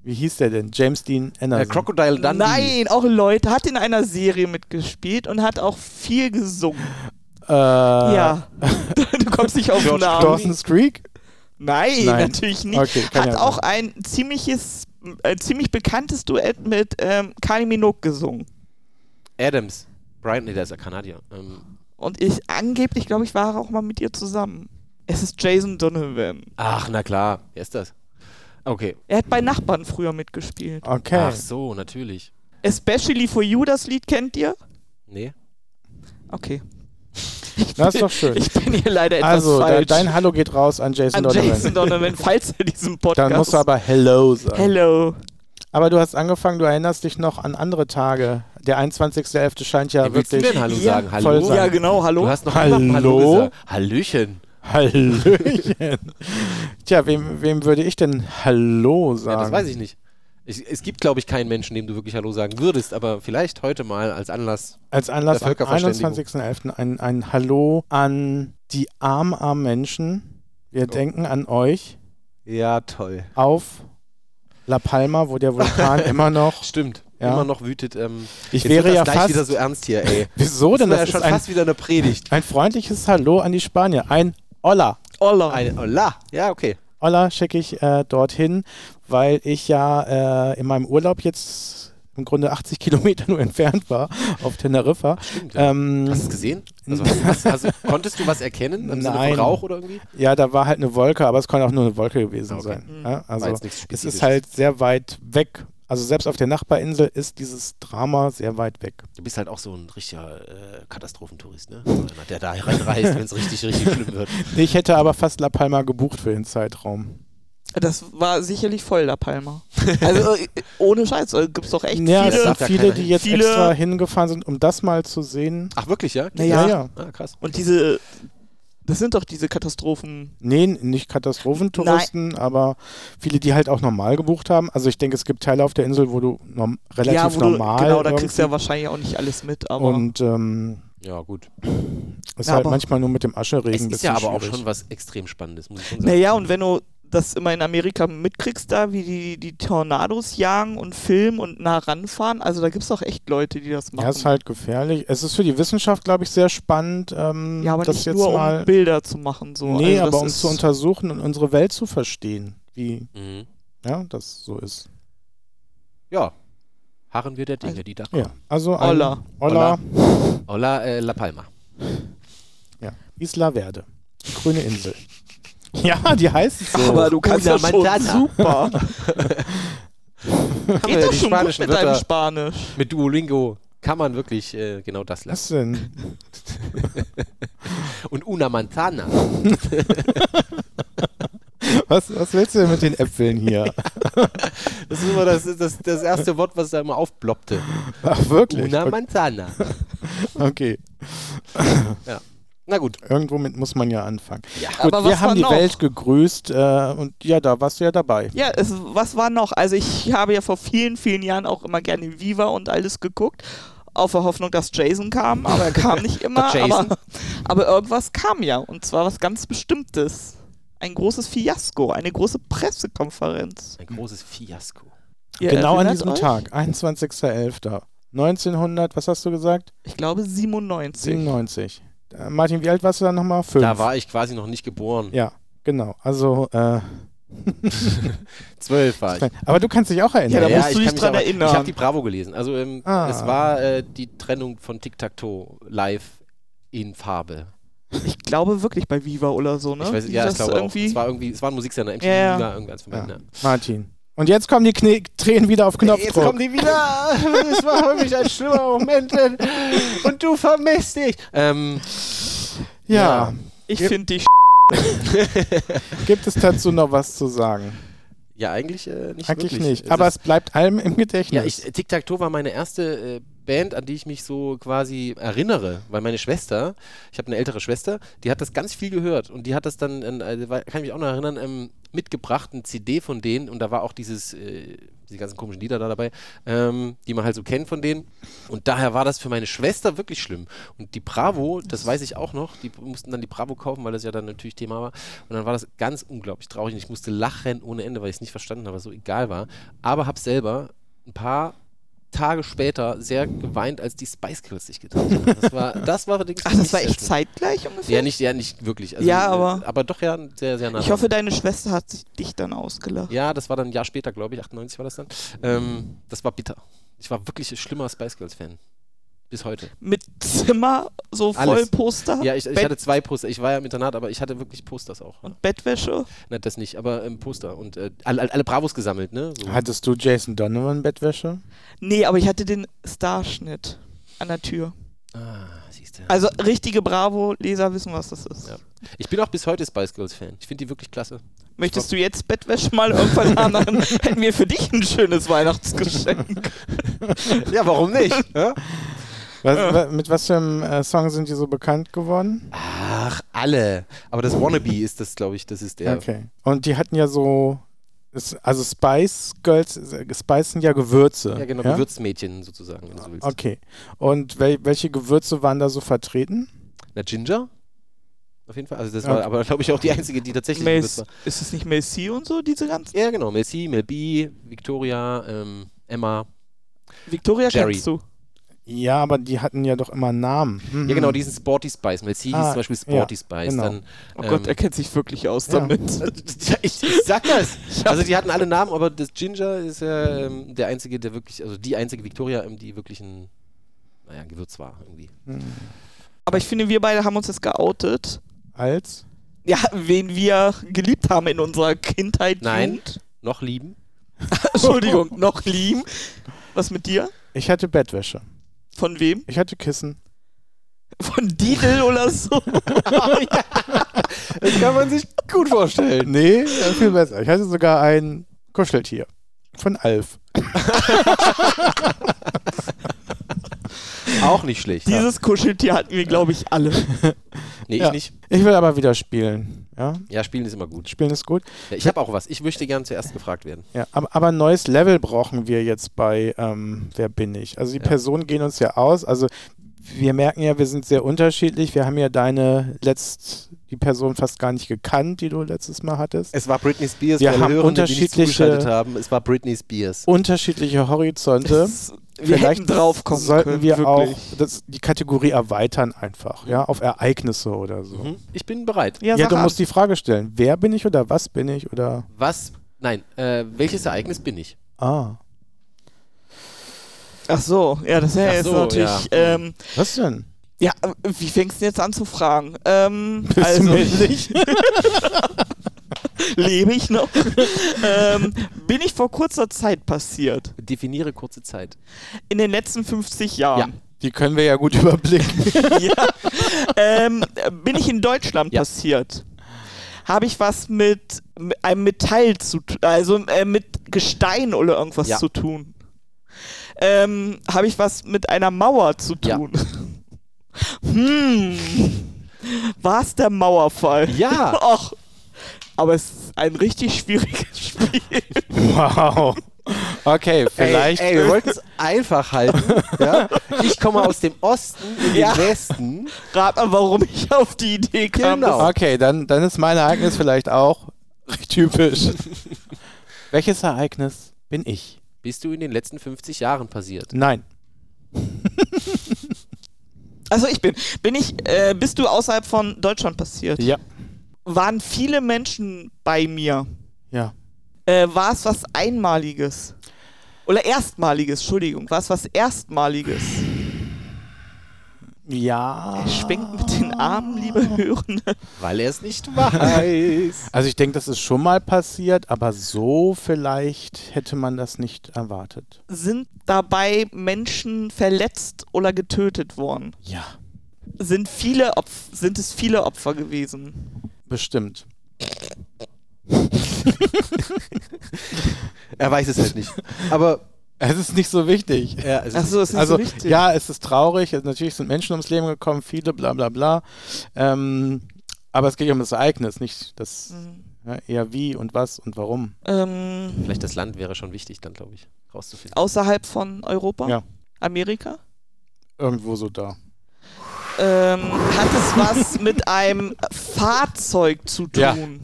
A: Wie hieß der denn? James Dean Anderson.
C: Äh, Crocodile Dundee.
B: Nein, auch Leute, hat in einer Serie mitgespielt und hat auch viel gesungen.
A: Äh,
B: Ja. du kommst nicht auf den
A: George
B: Namen.
A: Dawson's Creek?
B: Nein,
A: Nein.
B: natürlich nicht.
A: Okay, kann
B: hat
A: ja
B: auch
A: sein.
B: ein ziemliches, äh, ziemlich bekanntes Duett mit ähm, Kylie Minogue gesungen.
C: Adams. Brian, nee, der ist ja Kanadier. Ähm,
B: Und ich angeblich, glaube ich, war er auch mal mit ihr zusammen. Es ist Jason Donovan.
C: ach, na klar. Wer ist das? Okay.
B: Er hat bei Nachbarn früher mitgespielt.
A: Okay.
C: Ach so, natürlich.
B: Especially for You, das Lied kennt ihr?
C: Nee.
B: Okay.
A: Das ist doch schön.
B: Ich bin hier leider etwas
A: Also, de-
B: falsch.
A: dein Hallo geht raus an Jason
B: An
A: Donovan.
B: Jason Donovan, falls er diesen Podcast.
A: Dann musst du aber Hello sagen.
B: Hello.
A: Aber du hast angefangen, du erinnerst dich noch an andere Tage. Der 21.11. scheint ja
C: Wie willst du
A: wirklich.
C: denn Hallo
B: Ja,
C: sagen? Hallo?
A: voll
B: Ja,
A: sagen.
B: genau, hallo.
C: Du hast noch
A: Hallo?
C: niemandem Hallo gesagt. Hallöchen.
A: Hallöchen. Tja, wem, wem würde ich denn Hallo sagen?
C: Ja, das weiß ich nicht. Ich, es gibt, glaube ich, keinen Menschen, dem du wirklich Hallo sagen würdest, aber vielleicht heute mal als Anlass.
A: Als Anlass
C: Der
A: am
C: Völkerverständigung.
A: 21.11. Ein, ein Hallo an die arm, armen Menschen. Wir
C: Oh.
A: denken an euch
C: Ja, toll.
A: auf La Palma, wo der Vulkan immer noch.
C: Stimmt.
A: Ja.
C: Immer noch wütet. Ähm,
A: Ich
C: jetzt
A: wäre
C: wird das
A: ja
C: gleich
A: fast.
C: wieder so ernst hier, ey.
A: wieso denn? Das
C: das war
A: ist
C: ja schon
A: ein,
C: fast wieder eine Predigt.
A: ein freundliches Hallo an die Spanier. Ein Hola.
B: Olla.
C: Ein Ola. Ja, okay.
A: Hola schicke ich äh, dorthin, weil ich ja äh, in meinem Urlaub jetzt im Grunde 80 Kilometer nur entfernt war auf Teneriffa.
C: Stimmt. ja.
A: Ähm,
C: hast du es gesehen? Also, hast, hast, hast, konntest du was erkennen? Im Sinne
A: Nein.
C: von Rauch oder irgendwie?
A: ja, da war halt eine Wolke, aber es konnte auch nur eine Wolke gewesen
C: Okay.
A: sein.
B: Mhm.
A: Ja, also
C: War jetzt nichts
A: es
C: Spezifisches.
A: ist halt sehr weit weg. Also selbst auf der Nachbarinsel ist dieses Drama sehr weit weg.
C: Du bist halt auch so ein richtiger äh, Katastrophentourist, ne? So einer, der da reinreist, wenn es richtig, richtig schlimm wird.
A: Ich hätte aber fast La Palma gebucht für den Zeitraum.
B: Das war sicherlich voll, La Palma. Also äh, ohne Scheiß, äh, gibt's doch echt
A: ja, es
B: viele.
A: sind
C: sagt ja
A: viele,
C: keiner
A: die
C: hin.
A: jetzt
B: Viele-
A: extra hingefahren sind, um das mal zu sehen.
C: Ach, wirklich, ja?
B: Naja.
A: ja.
C: Ah, krass.
B: Und diese, das sind doch diese Katastrophen.
A: Nee, nicht Katastrophentouristen, aber viele, die halt auch normal gebucht haben. Also ich denke, es gibt Teile auf der Insel, wo du norm relativ
B: ja, wo
A: normal.
B: du, genau, da kriegst du ja
A: irgendwie-
B: wahrscheinlich auch nicht alles mit, aber
A: Und ähm,
C: Ja, gut.
A: ist
B: Ja,
A: halt
B: aber-
A: manchmal nur mit dem Ascheregen
C: Es
A: ein
C: ist
A: bisschen
C: ja aber auch
A: schwierig.
C: schon was extrem Spannendes, muss ich schon sagen.
B: naja, und wenn du das immer in Amerika mitkriegst, da wie die, die Tornados jagen und filmen und nah ranfahren, also da gibt's doch echt Leute, die das machen.
A: Ja, ist halt gefährlich. Es ist für die Wissenschaft, glaube ich, sehr spannend, ähm,
B: Ja, aber
A: das
B: nicht
A: jetzt
B: nur
A: mal.
B: um Bilder zu machen so.
A: nee,
B: also, das
A: aber um
B: ist-
A: zu untersuchen und unsere Welt zu verstehen, wie
C: Mhm.
A: ja, das so ist.
C: Ja. Harren wir der Dinge,
B: Also-
C: die da kommen.
A: Ja, also ein
B: Hola.
A: Hola,
C: Hola, äh, La Palma.
A: Isla Verde, die grüne Insel. Ja, die heißt so.
B: Aber du kannst ja schon
C: Fundamental.
B: super.
C: Haben
B: Geht
C: wir
B: doch
C: die
B: schon gut
C: spanischen
B: mit deinem
C: Wörter.
B: Spanisch.
C: Mit Duolingo kann man wirklich äh, genau das lernen.
A: Was denn?
C: Und Una Montana.
A: Was, was willst du denn mit den Äpfeln hier?
C: Das ist immer das, das, das erste Wort, was da immer aufploppte.
A: Ach, wirklich?
C: Una
A: Okay.
C: Montana.
A: okay.
C: Na gut.
A: Irgendwomit muss man ja anfangen.
C: Ja.
A: Gut,
B: Aber
A: wir
B: was war
A: haben die
B: noch?
A: Welt gegrüßt äh, und ja, da warst du ja dabei.
B: Ja, es, was war noch? Also ich habe ja vor vielen, vielen Jahren auch immer gerne Viva und alles geguckt, auf der Hoffnung, dass Jason kam, aber er kam nicht immer.
C: Der Jason.
B: Aber, aber irgendwas kam ja, und zwar was ganz Bestimmtes. Ein großes Fiasko, eine große Pressekonferenz.
C: Ein großes Fiasko.
B: Ihr
A: genau an
B: erinnert
A: diesem
B: euch?
A: Tag, 21.11. 1900, was hast du gesagt?
B: Ich glaube 97.
A: 97. Äh, Martin, wie alt warst du dann nochmal? Fünf.
C: Da war ich quasi noch nicht geboren.
A: ja, genau. Also, äh,
C: Zwölf war ich.
A: aber du kannst dich auch erinnern.
B: Ja, da
A: ne?
B: musst du dich
C: ich kann mich
B: dran
C: aber-
B: erinnern.
C: Ich habe die Bravo gelesen. Also ähm,
A: Ah.
C: es war äh, die Trennung von Tic Tac Toe live in Farbe.
B: Ich glaube wirklich bei Viva oder so, ne?
C: Ich weiß,
B: Wie
C: ja, ich
B: das
C: glaube auch.
B: irgendwie-
C: Es war irgendwie, es war ein Musiksender, MTV,
B: Ja, ja.
C: ja. irgendwas von ne? beiden.
A: Ja.
C: Ja.
A: Martin. Und jetzt kommen die Kne Tränen wieder auf Knopfdruck.
C: die wieder. Es war wirklich ein schlimmer Moment. Und du vermisst dich. Ähm,
A: ja.
B: ich
A: Ja.
B: finde die
A: Gibt es dazu noch was zu sagen?
C: ja, eigentlich äh, nicht
A: Eigentlich
C: wirklich.
A: nicht.
C: Es
A: Aber
C: ist-
A: es bleibt allem im Gedächtnis.
C: Ja, ich, Tic Tac Toe war meine erste äh, Band, an die ich mich so quasi erinnere, weil meine Schwester, ich habe eine ältere Schwester, die hat das ganz viel gehört und die hat das dann, äh, äh, war- kann ich mich auch noch erinnern, ähm, mitgebracht, eine CD von denen und da war auch dieses, äh, diese ganzen komischen Lieder da dabei, ähm, die man halt so kennt von denen und daher war das für meine Schwester wirklich schlimm und die Bravo, das weiß ich auch noch, die mussten dann die Bravo kaufen, weil das ja dann natürlich Thema war und dann war das ganz unglaublich traurig und ich musste lachen ohne Ende, weil ich es nicht verstanden habe, was so egal war, aber habe selber ein paar Tage später sehr geweint, als die Spice Girls sich getrennt haben. Das war, das war allerdings
B: Ach,
C: für
B: das
C: mich
B: war
C: sehr
B: echt
C: schlimm.
B: zeitgleich ungefähr?
C: Also Ja, nicht, ja, nicht wirklich. Also,
B: Ja,
C: äh,
B: aber-
C: Aber doch ja, sehr, sehr nah.
B: Ich
C: dran.
B: hoffe, deine Schwester hat sich dich dann ausgelacht.
C: Ja, das war dann ein Jahr später, glaube ich. 98 war das dann. Ähm, das war bitter. Ich war wirklich ein schlimmer Spice Girls Fan. Bis heute.
B: Mit Zimmer, so voll
C: Alles.
B: Poster
C: Ja, ich, ich
B: Bett-
C: hatte zwei Poster. Ich war ja im Internat, aber ich hatte wirklich Posters auch. Ja.
B: und Bettwäsche.
C: Na, das nicht, aber ähm, Poster. Und äh, alle, alle Bravos gesammelt, ne? So.
A: Hattest du Jason Donovan Bettwäsche?
B: Nee, aber ich hatte den Starschnitt an der Tür.
C: Ah, siehst du.
B: Also richtige Bravo-Leser wissen, was das ist.
C: Ja. Ich bin auch bis heute Spice Girls Fan. Ich finde die wirklich klasse.
B: Möchtest du jetzt Bettwäsche mal irgendwann haben? Dann hätten wir für dich ein schönes Weihnachtsgeschenk.
C: Ja, warum nicht? ja?
A: Was,
B: Ja.
A: wa- Mit was für einem äh, Song sind die so bekannt geworden?
C: Ach, alle. Aber das Wannabe ist das, glaube ich, das ist der.
A: Okay. Und die hatten ja so, es- also Spice Girls, äh, Spice sind ja Gewürze.
C: Ja, genau, Gewürzmädchen sozusagen, wenn du so willst.
A: Okay. Und wel welche Gewürze waren da so vertreten?
C: Na, Ginger? Auf jeden Fall. Also, das
A: Okay.
C: war aber, glaube ich, auch die einzige, die tatsächlich
B: Mel-
C: gewürzt war.
B: ist es nicht Mel C und so, diese ganzen?
C: Ja, genau. Mel C, Mel B, Victoria, ähm, Emma.
B: Victoria
C: Jerry.
B: kennst du.
A: Ja, aber die hatten ja doch immer einen Namen. Mhm.
C: Ja, genau, diesen Sporty Spice. Mel C
A: Ah,
C: hieß zum Beispiel Sporty Spice.
A: genau.
C: Dann,
B: Oh
C: ähm,
B: Gott, er kennt sich wirklich aus
A: Ja.
B: damit.
C: ja, ich, ich sag das. Also die hatten alle Namen, aber das Ginger ist ja ähm, der einzige, der wirklich, also die einzige Victoria, ähm, die wirklich ein, naja, ein Gewürz war irgendwie.
A: Hm.
B: Aber ich finde, wir beide haben uns jetzt geoutet.
A: Als?
B: Ja, wen wir geliebt haben in unserer Kindheit.
C: Nein.
B: Jugend.
C: Noch lieben?
B: Entschuldigung, noch lieben. Was mit dir?
A: Ich hatte Bettwäsche.
B: Von wem?
A: Ich hatte Kissen.
B: Von Didel oder so?
A: Das kann man sich gut vorstellen. Nee, äh, viel besser. Ich hatte sogar ein Kuscheltier. Von Alf.
C: Auch nicht schlecht.
B: Dieses Kuscheltier hatten wir, glaube ich, alle.
C: Nee,
A: Ja.
C: ich nicht.
A: Ich will aber wieder spielen. Ja,
C: Ja, spielen ist immer gut.
A: spielen ist gut.
C: Ja, ich habe auch was. Ich möchte gern zuerst gefragt werden.
A: Ja, aber, aber ein neues Level brauchen wir jetzt bei ähm, Wer bin ich? Also die Personen gehen uns ja aus. Also wir merken ja, wir sind sehr unterschiedlich. Wir haben ja deine letzt die Person fast gar nicht gekannt, die du letztes Mal hattest.
C: Es war Britney Spears,
A: Wir
C: für alle
A: haben
C: Hörenden, die nicht
A: unterschiedliche-
C: zugeschaltet haben. Es war Britney Spears.
A: Unterschiedliche Horizonte.
B: Das- wir hätten drauf kommen
A: sollten
B: können,
A: wir
B: wirklich.
A: auch das, die Kategorie erweitern einfach, ja, auf Ereignisse oder so.
C: Mhm. Ich bin bereit.
A: Ja,
B: sag
A: du
B: an.
A: musst die Frage stellen, wer bin ich oder was bin ich oder
C: Was? Nein, äh, welches Ereignis bin ich?
A: ah,
B: Ach so, ja, das
C: Ach
B: wäre jetzt
C: so,
B: natürlich.
C: ja.
B: Ähm,
A: was denn?
B: ja, äh, wie fängst du denn jetzt an zu fragen? Ähm,
A: du
B: also,
A: männlich?
B: lebe ich noch? ähm, bin ich vor kurzer Zeit passiert?
C: Definiere kurze Zeit.
B: In den letzten 50 Jahren?
A: Die können wir ja gut überblicken.
B: Ja. Ähm, äh, bin ich in Deutschland
C: Ja.
B: passiert? Habe ich was mit mit einem Metall zu tun, also äh, mit Gestein oder irgendwas
C: Ja.
B: zu tun? Ähm, Habe ich was mit einer Mauer zu
C: Ja.
B: tun? Hm. War es der Mauerfall?
C: Ja.
B: Och. Aber es ist ein richtig schwieriges Spiel.
A: Wow. Okay, vielleicht
C: Ey, ey wir wollten es einfach halten. ja? Ich komme aus dem Osten in
B: Ja.
C: den Westen.
B: Rat mal, warum ich auf die Idee kam.
C: Genau.
A: Okay, dann, dann ist mein Ereignis vielleicht auch recht typisch. Welches Ereignis bin ich?
C: Bist du in den letzten 50 Jahren passiert?
A: Nein.
B: Also ich bin, bin ich, äh, bist du außerhalb von Deutschland passiert?
A: Ja.
B: Waren viele Menschen bei mir?
A: Ja.
B: Äh, war es was Einmaliges? Oder Erstmaliges, Entschuldigung. War es was Erstmaliges?
A: Ja.
B: Er schwenkt mit den Armen, liebe Hörende.
C: Weil er es nicht weiß.
A: Also ich denke, das ist schon mal passiert, aber so vielleicht hätte man das nicht erwartet.
B: Sind dabei Menschen verletzt oder getötet worden?
A: Ja.
B: Sind, viele Opf sind es viele Opfer gewesen?
A: Bestimmt.
C: er weiß es halt nicht. Aber
A: Es ist nicht so wichtig.
C: ja, also
B: Achso, ist nicht
A: Also
B: so wichtig.
A: ja, es ist traurig. Also, natürlich sind Menschen ums Leben gekommen, viele, bla bla bla. Ähm, aber es geht ja um das Ereignis, nicht das
B: Mhm.
A: ja, eher wie und was und warum.
B: Ähm,
C: vielleicht das Land wäre schon wichtig, dann glaube ich, rauszufinden.
B: außerhalb von Europa?
A: Ja.
B: Amerika?
A: Irgendwo so da.
B: Ähm, hat es was mit einem Fahrzeug zu
A: Ja.
B: tun?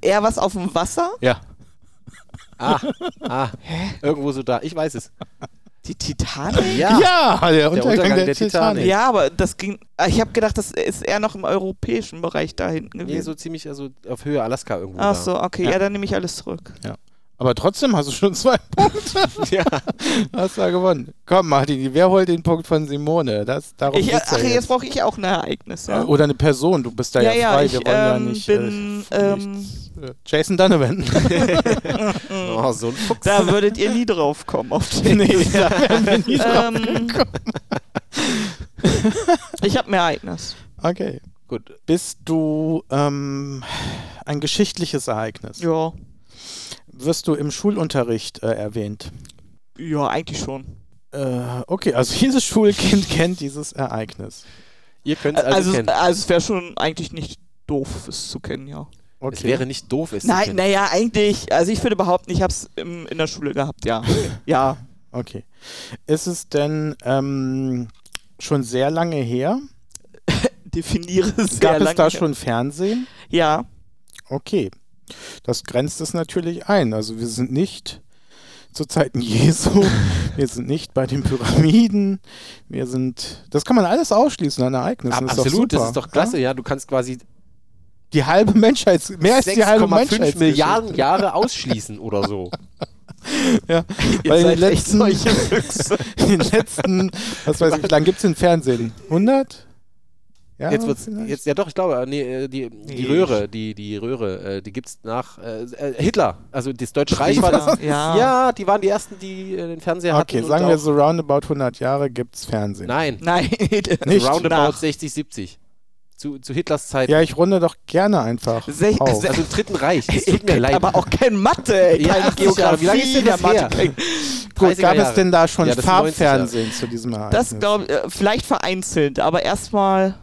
B: Eher was auf dem Wasser?
A: Ja.
C: Ah, ah, irgendwo so da. Ich weiß es.
B: Die Titanic?
A: Ja, der, Untergang,
C: Untergang
A: der,
C: der
A: Titanic.
C: Titanic.
B: Ja, aber das ging. ah, Ich habe gedacht, das ist eher noch im europäischen Bereich da hinten
C: Nee,
B: gewesen.
C: so ziemlich, also auf Höhe Alaska irgendwo.
B: Ach
C: da.
B: so, okay, ja,
A: Ja.
B: dann nehme ich alles zurück.
A: Aber trotzdem hast du schon zwei Punkte. ja. Hast du ja gewonnen. Komm, Martin, wer holt den Punkt von Simone? Das, darum
B: Ich, äh,
A: geht's
B: ach,
A: ja
B: jetzt brauche ich auch ein Ereignis. Ja.
A: Oder eine Person, du bist da ja,
B: Ja, ja,
A: frei,
B: ich,
A: wir wollen ja
B: ähm,
A: nicht.
B: bin,
A: äh,
B: ähm,
A: nichts, äh, Jason Donovan.
C: Oh, so ein Fuchs.
B: Da würdet ihr nie drauf kommen. Auf den.
A: nee, da werden wir nie drauf.
B: ähm, ich habe ein Ereignis.
A: Okay.
C: Gut.
A: Bist du ähm, ein geschichtliches Ereignis?
B: Ja.
A: Wirst du im Schulunterricht äh, erwähnt?
B: Ja, eigentlich schon.
A: Äh, okay, also jedes Schulkind kennt dieses Ereignis.
C: Ihr könnt es also,
B: Also,
C: kennen.
B: also es wäre schon eigentlich nicht doof, es zu kennen, ja.
A: Okay.
C: Es wäre nicht doof, es zu
B: Nein,
C: kennen.
B: naja, eigentlich, also ich würde behaupten, ich habe es in der Schule gehabt, ja. ja.
A: okay. Ist es denn ähm, schon sehr lange her?
B: Definiere es sehr
A: Gab es
B: lange
A: da
B: her.
A: schon Fernsehen?
B: Ja.
A: Okay. Das grenzt es natürlich ein. Also wir sind nicht zu Zeiten Jesu, wir sind nicht bei den Pyramiden, wir sind. Das kann man alles ausschließen an Ereignissen.
C: Ab-
A: ist doch
C: absolut, das
A: super.
C: ist doch klasse, ja. Du kannst quasi
A: Die halbe Menschheit, mehr als die halbe Menschheit.
C: 6,5 Milliarden Jahre ausschließen oder so.
A: Ja, weil in den, letzten, in den letzten, was weiß ich, wie lange gibt es denn Fernsehen? 100? Ja,
C: jetzt wird's,
A: vielleicht?
C: jetzt, ja doch, ich glaube, äh, nee, äh, die, die
B: Nee.
C: Röhre, die, die Röhre, äh, die gibt's nach äh, äh, Hitler. Also das Deutsche Reich war
B: ja.
C: das.
B: ja.
C: Ja, die waren die ersten, die äh, den Fernseher hatten.
A: Okay,
C: und
A: sagen wir
C: auch-
A: so roundabout 100 Jahre gibt es Fernsehen.
C: Nein,
B: Nein.
A: Nicht?
C: roundabout
B: Nach.
C: 60, 70. Zu, zu Hitlers Zeit.
A: Ja, ich runde doch gerne einfach
B: Sech-
A: auf.
C: Also im Dritten Reich. Es
B: Ihr
C: tut mir
B: kennt
C: leid.
B: aber auch kein Mathe, ey.
C: Ja,
B: keine
C: 80 Jahre.
B: Geografie,
C: Wie lange ist denn
B: der
C: das
B: Mathe
C: her?
B: kein-
A: Gut,
C: 30er
A: gab es
C: Jahre.
A: denn da schon
C: Ja, das sind 90er
A: Farbfernsehen zu diesem Ereignis?
B: Das glaube ich, äh, vielleicht vereinzelt, aber erstmal.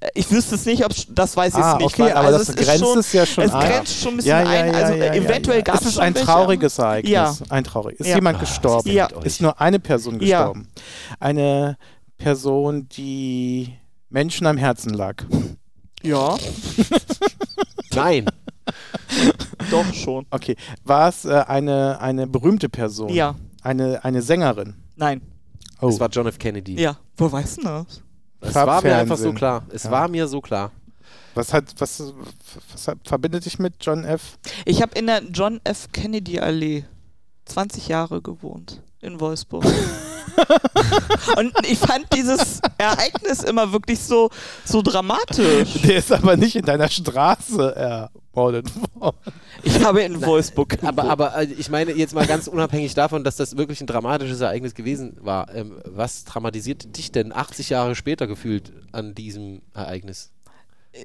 B: Äh, Ich wüsste es nicht, ob das weiß ich
A: Ah,
B: nicht.
A: okay,
B: weil-
A: aber
B: also
A: das
B: es ist
A: grenzt
B: schon,
A: es ja schon
B: Es
A: ein.
B: grenzt schon ein bisschen ein. Also äh, eventuell gab
A: Es ist
B: schon
A: ein
B: welche.
A: trauriges Ereignis.
B: Ja.
A: Ein traurig. Ist
B: Ja.
A: jemand
C: Ah,
A: gestorben?
C: was ist
B: Ja.
C: mit euch?
A: Ist nur eine Person
B: Ja.
A: gestorben. Eine Person, die Menschen am Herzen lag.
B: Ja,
C: Nein.
B: doch schon.
A: Okay. War es äh, eine, eine berühmte Person?
B: Ja,
A: Eine, eine Sängerin?
B: nein,
A: Oh.
C: Es war John F. Kennedy.
B: ja. Wo weißt du das?
C: Es war mir einfach so
A: Farbfernsehen.
C: klar. Es
A: Ja.
C: war mir so klar.
A: was hat, was, was hat, verbindet dich mit John F.?
B: Ich habe in der John F. Kennedy Allee 20 Jahre gewohnt in Wolfsburg. Und ich fand dieses Ereignis immer wirklich so, so dramatisch.
A: Der ist aber nicht in deiner Straße ermordet worden.
B: Ich habe in Wolfsburg gewohnt.
C: Aber, aber äh, ich meine jetzt mal ganz unabhängig davon, dass das wirklich ein dramatisches Ereignis gewesen war. Ähm, was dramatisiert dich denn 80 Jahre später gefühlt an diesem Ereignis?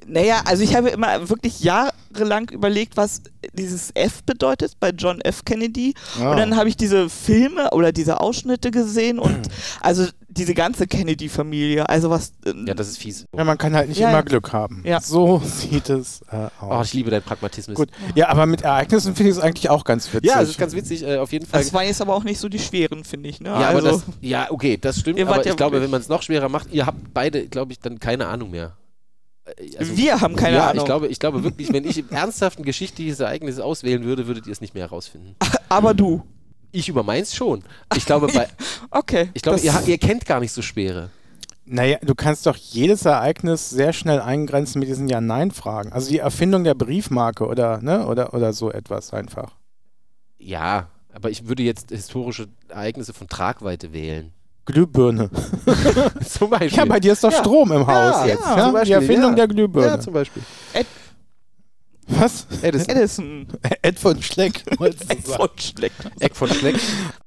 B: Naja, also ich habe immer wirklich jahrelang überlegt, was dieses F bedeutet bei John F. Kennedy.
A: Ah.
B: Und dann habe ich diese Filme oder diese Ausschnitte gesehen und also diese ganze Kennedy-Familie. Also was. ähm,
C: Ja, das ist fies.
A: Ja, man kann halt nicht
B: Ja,
A: immer
B: ja.
A: Glück haben.
B: Ja.
A: So sieht es äh,
C: Oh,
A: aus.
C: ich liebe deinen Pragmatismus.
A: Gut. Ja, aber mit Ereignissen finde ich es eigentlich auch ganz witzig.
C: Ja, es ist ganz witzig, äh, auf jeden Fall.
B: das waren jetzt aber auch nicht so die schweren, finde ich. Ne?
C: ja,
B: also,
C: aber das, ja, okay, das stimmt.
B: Ihr wart
C: Aber ich
B: ja
C: glaube,
B: wirklich-
C: wenn man es noch schwerer macht, ihr habt beide, glaube ich, dann keine Ahnung mehr. Äh, also-
B: wir haben keine
C: ja,
B: Ahnung.
C: Ich glaube, ich glaube wirklich, wenn ich ernsthaft ein geschichtliches Ereignis auswählen würde, würdet ihr es nicht mehr herausfinden.
B: aber du.
C: Ich über meins schon. Ich glaube, bei,
B: Okay.
C: ich glaube
B: das-
C: ihr, ha- ihr kennt gar nicht so schwere.
A: Naja, du kannst doch jedes Ereignis sehr schnell eingrenzen mit diesen Ja-Nein-Fragen. Also die Erfindung der Briefmarke oder, ne, oder, oder so etwas einfach.
C: Ja, aber ich würde jetzt historische Ereignisse von Tragweite wählen.
A: Glühbirne.
C: zum Beispiel.
A: Ja, bei dir ist doch
C: Ja.
A: Strom im Haus
C: Ja,
A: jetzt.
B: ja,
A: Ja,
C: zum
A: die
C: Beispiel,
A: Erfindung
C: ja.
A: der Glühbirne.
C: ja, zum Beispiel.
A: Was?
C: Edison.
B: Edison.
A: Ed von Schleck. wolltest du sagen.
B: Voll schlecht.
C: Eck von Schleck.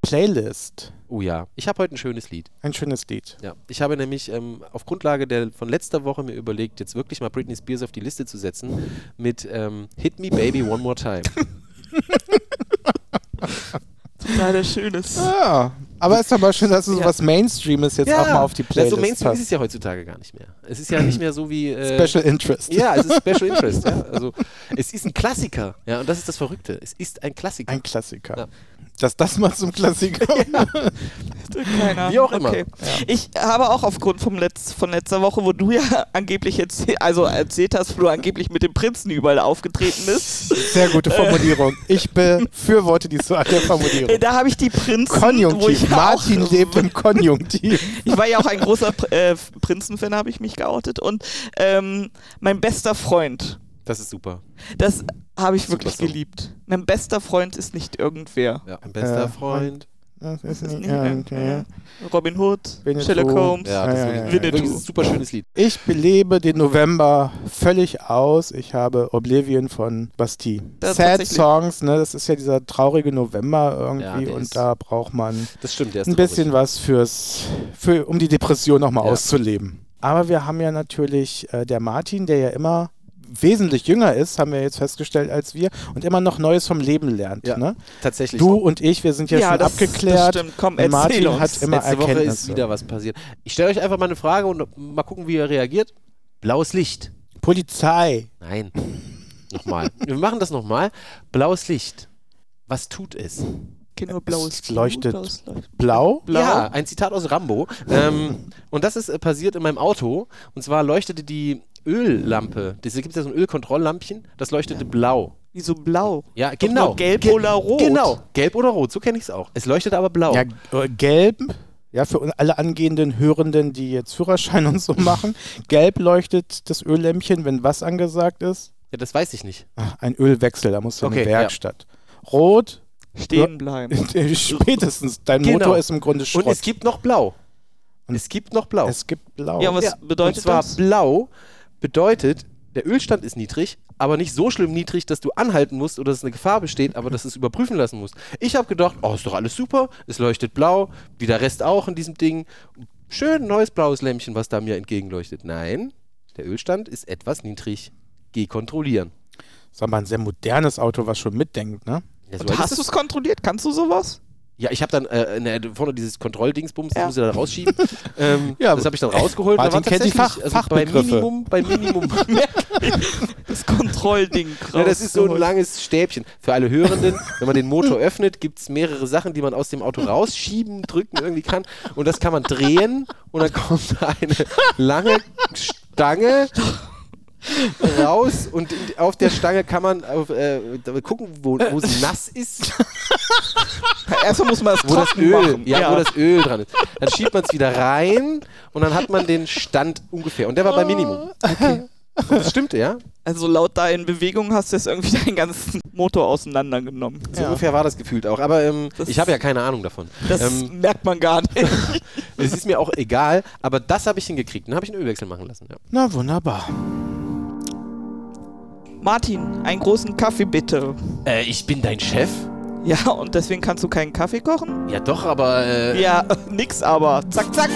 A: Playlist.
C: Oh ja, ich habe heute ein schönes Lied.
A: Ein schönes Lied.
C: Ja, ich habe nämlich ähm, auf Grundlage der von letzter Woche mir überlegt, jetzt wirklich mal Britney Spears auf die Liste zu setzen mit ähm, Hit Me Baby One More Time.
B: Total schönes.
A: Ja, aber ist aber schön, dass du
B: Ja.
A: sowas Mainstreames jetzt auch mal auf die
C: Na,
A: Playlist
C: So Mainstream ist
A: passt.
C: es ja heutzutage gar nicht mehr. Es ist ja nicht mehr so wie. Äh,
A: Special Interest.
C: Ja, es ist Special Interest. ja. Also, es ist ein Klassiker. Ja, und das ist das Verrückte. Es ist ein Klassiker.
A: Ein Klassiker.
C: Ja.
A: Dass das mal zum Klassiker wird.
B: Keiner.
C: Wie auch immer.
B: Okay. Ich habe auch aufgrund vom Letz von letzter Woche, wo du ja angeblich jetzt, also erzählt hast, wo du angeblich mit dem Prinzen überall aufgetreten bist,
A: Sehr gute Formulierung. Ich befürworte diese Art der Formulierung.
B: äh, da habe ich die Prinzen, wo
A: Konjunktiv.
B: ich
A: Martin
B: auch,
A: lebt im Konjunktiv.
B: Ich war ja auch ein großer Pr- äh, Prinzen-Fan, habe ich mich geoutet und ähm, mein bester Freund,
C: Das ist super.
B: das habe ich wirklich
C: Song.
B: geliebt. Mein bester Freund ist nicht irgendwer.
C: Ja. Ein bester
A: Äh,
C: Freund.
A: Das
B: Das
A: ist
B: ist
A: nicht
B: nicht
A: irgendwer.
B: irgendwer. Robin Hood,
A: Winnetou.
B: Sherlock Holmes.
C: Ja, das
A: Ja,
C: ist
A: ja,
C: wirklich,
B: ja, ja.
C: wirklich ein super schönes Lied.
A: Ich belebe den November völlig aus. Ich habe Oblivion von Bastille.
B: Da
A: Sad
B: tatsächlich.
A: Songs, ne? Das ist ja dieser traurige November irgendwie
C: Ja, der
A: und
C: ist-
A: da braucht man
C: Das stimmt, der ist
A: ein
C: traurig.
A: bisschen was fürs, für, um die Depression nochmal
C: Ja.
A: auszuleben. Aber wir haben ja natürlich äh, der Martin, der ja immer wesentlich jünger ist, haben wir jetzt festgestellt als wir und immer noch Neues vom Leben lernt.
C: Ja.
A: Ne?
C: Tatsächlich.
A: Du und ich, wir sind ja, schon
B: das, das
A: abgeklärt.
B: stimmt. Komm,
A: Und
B: erzähl
A: Martin
B: uns.
A: hat immer
C: Letzte Woche
A: Erkenntnisse.
C: ist wieder was passiert. Ich stelle euch einfach mal eine Frage und mal gucken, wie ihr reagiert. Blaues Licht.
A: Polizei.
C: Nein. nochmal. Wir machen das nochmal. Blaues Licht. Was tut es?
B: Kennt nur blaues
A: leuchtet.
B: Blaues leuchtet.
A: Blau?
B: Blau?
C: Ja, ein Zitat aus Rambo. Ähm, und das ist äh, passiert in meinem Auto. Und zwar leuchtete die Öllampe. Es gibt ja so ein Ölkontrolllämpchen. Das leuchtete blau.
B: Wieso blau?
C: Ja,
B: Doch
C: genau.
B: nur gelb
C: Ge-
B: oder rot.
C: Genau. Gelb oder rot. So kenne ich es auch. Es leuchtete aber blau.
A: Ja, äh, gelb. Ja, für un- alle angehenden Hörenden, die jetzt Führerschein und so machen. Gelb leuchtet das Öllämpchen, wenn was angesagt ist.
C: Ja, das weiß ich nicht.
A: Ach, ein Ölwechsel, da musst du in
C: Okay,
A: die
C: ja.
A: Werkstatt. Rot,
B: Stehen bleiben.
A: spätestens. Dein
C: Genau.
A: Motor ist im Grunde
C: Und
A: Schrott.
C: es gibt noch blau.
A: Und-
C: es gibt noch blau.
A: Es gibt Blau.
B: Ja, und was
C: Ja, und
B: bedeutet
C: zwar
B: das?
C: blau bedeutet, der Ölstand ist niedrig, aber nicht so schlimm niedrig, dass du anhalten musst oder dass eine Gefahr besteht, aber dass du es überprüfen lassen musst. Ich habe gedacht, oh, ist doch alles super, es leuchtet blau, wie der Rest auch in diesem Ding. Schön neues blaues Lämpchen, was da mir entgegenleuchtet. Nein, der Ölstand ist etwas niedrig. Geh kontrollieren.
A: Sag mal, ein sehr modernes Auto, was schon mitdenkt, ne?
C: Ja, so
B: Und
C: weit
B: hast
C: ist
B: du
C: es.
B: es kontrolliert? Kannst du sowas?
C: ja ich habe dann äh, ne, vorne dieses Kontrolldingsbums, das
B: Ja.
C: muss ich da rausschieben. ähm,
A: Ja,
C: das habe ich dann rausgeholt.
A: Martin
C: und da war
A: kennt die Fach-
C: tatsächlich- also bei
A: Fachbegriffe.
C: Minimum, bei Minimum
B: Das Kontrollding
C: Ja, das ist so ein
B: rausgeholt.
C: langes Stäbchen. Für alle Hörenden, wenn man den Motor öffnet, gibt es mehrere Sachen, die man aus dem Auto rausschieben, drücken irgendwie kann. Und das kann man drehen und dann kommt da eine lange Stange raus und in- auf der Stange kann man auf, äh, da- gucken, wo, wo sie nass ist,
B: Erstmal muss man das
C: wo das
B: trocken
C: Öl,
B: machen.
C: ja, wo das Öl dran ist. Dann schiebt man es wieder rein und dann hat man den Stand ungefähr. Und der war bei Minimum.
B: Ah.
C: Und das stimmte, ja?
B: also laut deinen Bewegungen hast du jetzt irgendwie deinen ganzen Motor auseinandergenommen.
C: So ungefähr war das gefühlt auch. Aber ähm,
B: Das-
C: ich habe ja keine Ahnung davon.
B: Das
C: ähm,
B: merkt man gar nicht.
C: Es ist mir auch egal, aber das habe ich hingekriegt. Dann habe ich einen Ölwechsel machen lassen. Ja.
A: Na, wunderbar.
B: Martin, einen großen Kaffee bitte.
C: Äh, ich bin dein Chef?
B: Ja, und deswegen kannst du keinen Kaffee kochen?
C: Ja doch, äh, aber... Äh,
B: Ja, nix aber. Zack, zack.